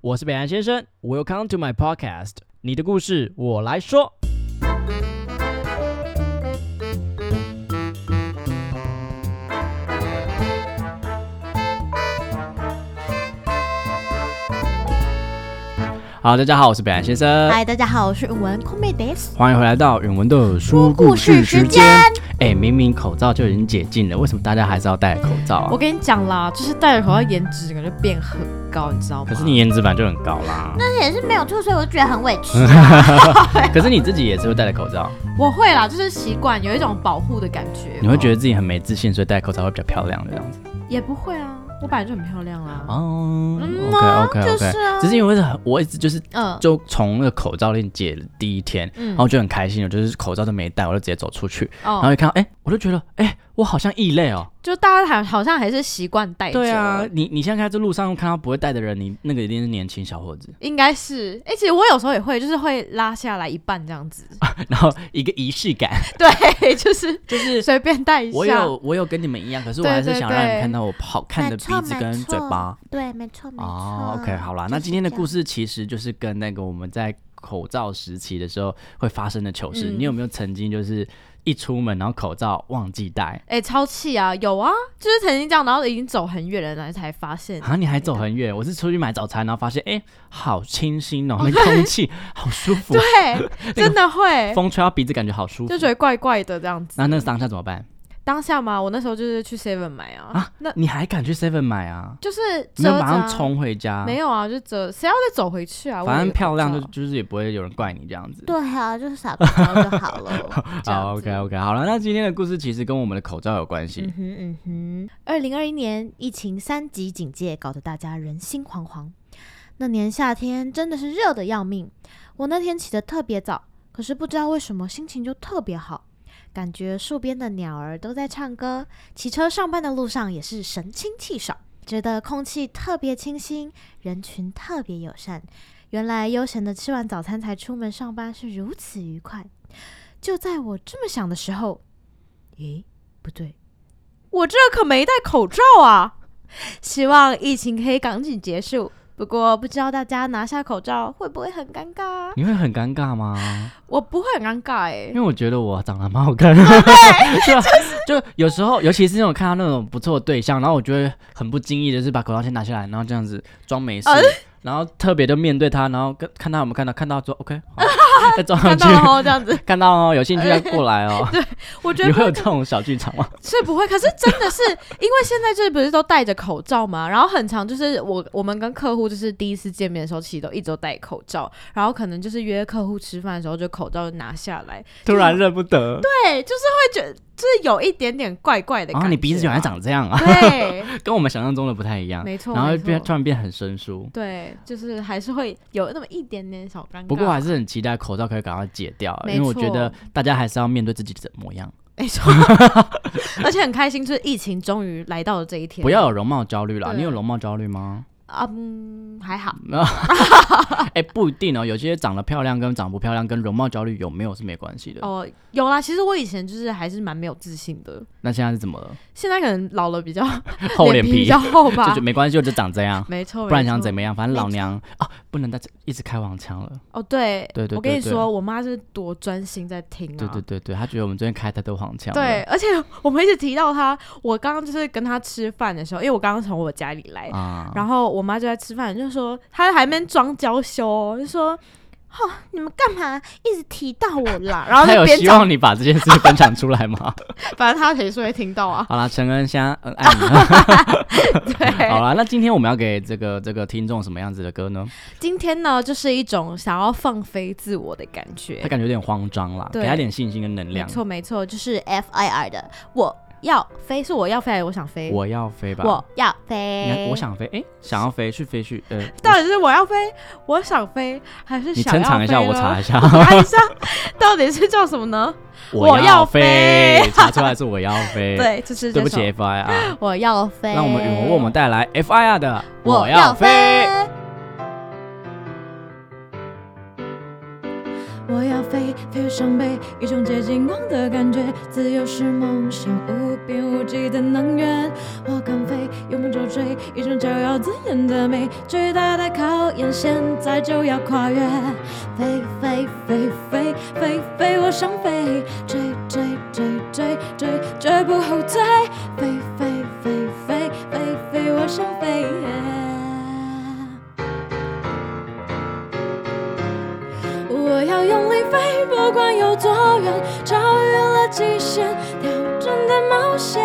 我是北岸先生，Welcome to my podcast，你的故事我来说。好，大家好，我是北岸先生，嗨，大家好，我是允文空妹 days。欢迎回来到允文的说故事时间。哎，明明口罩就已经解禁了，为什么大家还是要戴口罩啊我？跟你讲啦，就是戴着口罩颜值感觉变很高，你知道吗？可是你颜值本来就很高啦，这也是没有吐，所以我就觉得很委屈。嗯 可是你自己也是会戴着口罩，我会啦，就是习惯有一种保护的感觉。你会觉得自己很没自信，所以戴口罩会比较漂亮的这样子。也不会啊，我本来就很漂亮啊。哦嗯，OK 啊 OK 就是 OK，啊只是因为是很我一直就是嗯就从那个口罩链解的第一天，嗯然后我就很开心，我就是口罩都没戴，我就直接走出去，然后哦，一看到，哎，我就觉得，哎，我好像异类哦。就大家好好像还是习惯戴着。对啊，，你你现在在这路上看到不会戴的人，你那个一定是年轻小伙子，应该是。哎、其实我有时候也会，就是会拉下来一半 这样子。然后一个仪式感，对， 就是就是随便戴一我下。有我有跟你们一样，可是我对还是对想让你对看到我好看的鼻子跟嘴巴。对，没错，没错。哦，OK，好啦，那今天的故事事其实就是跟那个我们在口罩时期的时候会发生的糗事。嗯你有没有曾经就是一出门然后口罩忘记戴哎、超气啊！有啊，就是曾经这样，然后已经走很远了，然后才发现。啊？你还走很远？我是出去买早餐，然后发现哎、好清新哦，那个空气好舒服， 对，真的会，风吹到鼻子感觉好舒服就。觉得怪怪的这样子。那那个当下怎么办？当下嘛，我那时候就是去 Seven 买啊，啊那你还敢去 Seven 买啊？就是你有折着、马啊、上冲回家？没。有啊，就折，谁要再走回去啊？反正漂亮就就就是也不会有人怪你这样子。对啊，就是少口罩就好 了。这样好子，OK OK，好了，那今天的故事其实跟我们的口罩有关系。嗯哼嗯哼。二零二一年疫情三级警戒，搞得大家人心惶惶。那年夏天真的是热的要命，我那天起得特别早，可是不知道为什么心情就特别好，感觉树边的鸟儿都在唱歌，骑车上班的路上也是神清气爽，觉得空气特别清新，人群特别友善。原来悠闲的吃完早餐才出门上班是如此愉快。就在我这么想的时候，咦，不对，我这可没戴口罩啊！希望疫情可以赶紧结束。不过不知道大家拿下口罩会不会很尴尬啊、你会很尴尬吗？我不会很尴尬哎、因 为我觉得我长得蛮好看的，哦 对啊，就有时候，尤其是那种看到那种不错的对象，然后我就会很不经意的是把口罩先拿下来，然后这样子装没事，呃然后特别的面对他，然后跟看他有没有看到，看到说 OK，好 再装上看去到，哦，这样子，看到哦，有兴趣再过来哦。 我觉你得会有不这种小剧场 吗？是不会，可是真的是因为现在就是不是都戴着口罩嘛，然后很长就是我我们跟客户就是第一次见面的时候，其实都一直都戴口罩，然后可能就是约客户吃饭的时候，就口罩就拿下来，突然认不得，对，就是会觉得就是有一点点怪怪的感然 觉、后你鼻子原来，长这 样啊，对，跟我们想象中的不太一样，没错然后没错变突然变很生疏。对，就是还是会有那么一点点小尴尬。不过我还是很期待口罩可以赶快解掉，因为我觉得啊没大家还是要面对自己的模样。没 错，而且很开心，就是疫情终于来到了这一天。不要有容貌焦虑啦。对你有容貌焦虑吗？啊，嗯，还好，哎、不一定哦，有些长得漂亮跟长得不漂亮跟容貌焦虑有没有是没关系的。哦，有啦。其实我以前就是还是蛮没有自信的，那现在是怎么了？现在可能老了比较 厚脸皮比皮，较厚 吧就就。没关系，就只长这样。没错，不然没错想怎么样？反正老没错娘啊，不能再一直开黄腔了。哦，对，对对对我跟你对说，我妈是多专心在听啊。对对对对，他觉得我们最近开太多黄腔了。对，而且 我们一直提到她，我刚刚就是跟她吃饭的时候，因为我刚刚从我家里来，啊，然后我妈就在吃饭，就说她还没装娇羞、哦，就说 你们干嘛一直提到我 啦？然后他就有边希望你把这件事分享出来吗？ 反正她谁说会听到啊？好啦，陈恩香，呃爱你。啊 对，好啦，那今天我们要给这个这个听众什么样子的歌呢？今天呢，就是一种想要放飞自我的感觉他。感觉有点慌张啦，对给他点信心跟能没量。错，没错，就是 F I R 的，我要飞，是我要飞还是我想飞？我要飞吧，我要啊你看飞，我想飞，哎、想要飞去飞去，呃， 到底是我要飞，我想飞，还是你想撑要场飞一下，呢我查一 下，查一下，到底是叫什么呢？我要要飞， 查出来是我要飞，， 对，就是 对这不首起 FIR，我要飞。让我们允文为我们带来 FIR 的我要飞，飞，我要飞，里飞越伤悲，一种接近光的感觉。自由是梦想无边无际的能源，我敢飞，有梦就追，一种骄傲自恋的美。巨大的考验，现在就要跨越。飞飞飞飞飞飞，我想飞，追追追追追，绝不后退。飞飞飞飞飞飞，我想飞。我要用力飞，不管有多远，超越了极限，挑战的冒险。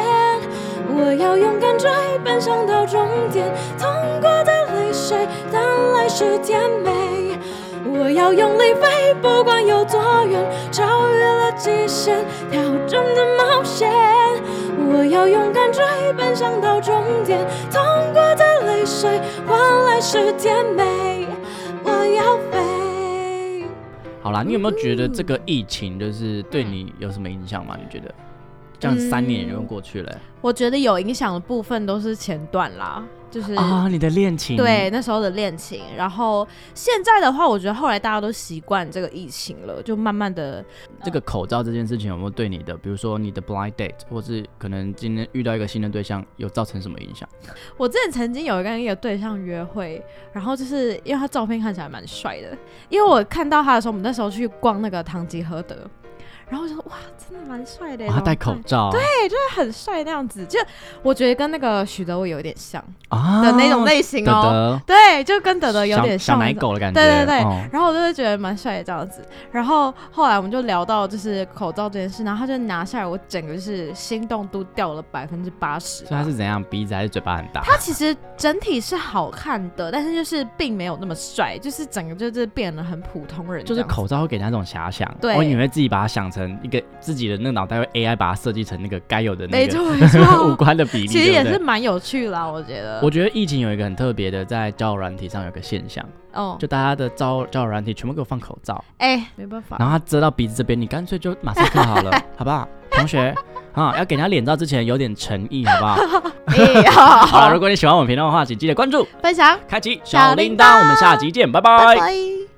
我要勇敢追，奔向到终点，痛过的泪水，当来是甜美。我要用力飞，不管有多远，超越了极限，挑战的冒险。我要勇敢追，奔向到终点，痛过的泪水，换来是甜美。我要飞。好啦，你有没有觉得这个疫情就是对你有什么影响吗？你觉得？这样三年也就过去了、我觉得有影响的部分都是前段啦，就是啊，你的恋情嗯对，那时候的恋情，然后现在的话，我觉得后来大家都习惯这个疫情了，就慢慢的这个口罩这件事情有没有对你的，比如说你的 blind date，或是可能今天遇到一个新的对象，有造成什么影响？我之前曾经有跟一个对象约会，然后就是因为他照片看起来蛮帅的，因为我看到他的时候，我们那时候去逛那个唐吉诃德，然后我就说哇，真的蛮帅的耶，啊，他戴口罩，对他 很帅那样子，就我觉得跟那个许德伟有点像啊的那种类型德哦，德对，就跟德德有点小像小那奶种狗的感觉，对对对哦然后我就会觉得蛮帅的这样子。然后后来我们就聊到就是口罩这件事，然后他就拿下来，我整个就是心动度掉了百分之八十。所以他是怎样，鼻子还是嘴巴很大？他其实整体是好看的，但是就是并没有那么帅，就是整个就是变得很普通人这就是样子，口罩会给人家这种遐想，对哦，你会自己把它想成一个自己的那个脑袋会 AI 把它设计成那个该有的那没个 错没五错，官的比例，其实也对是不对蛮有趣啦，我觉得。我觉得疫情有一个很特别的，在交友软体上有个现象，哦，就大家的交交友软体全部给我放口罩，哎、没办法，然后他遮到鼻子这边，你干脆就马赛克 好了，好不好？同学啊，要给人家脸罩之前有点诚意，好不好？ 哎呀， 好了，如果你喜欢我们频道的话，请记得关注、分享，开启小铃铛，我们下集见，拜拜拜，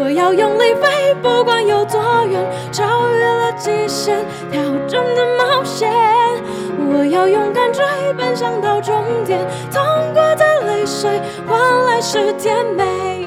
我要用力飞，不管有多远，超越了极限，挑战的冒险。我要勇敢追，奔向到终点，痛过的泪水换来是甜美。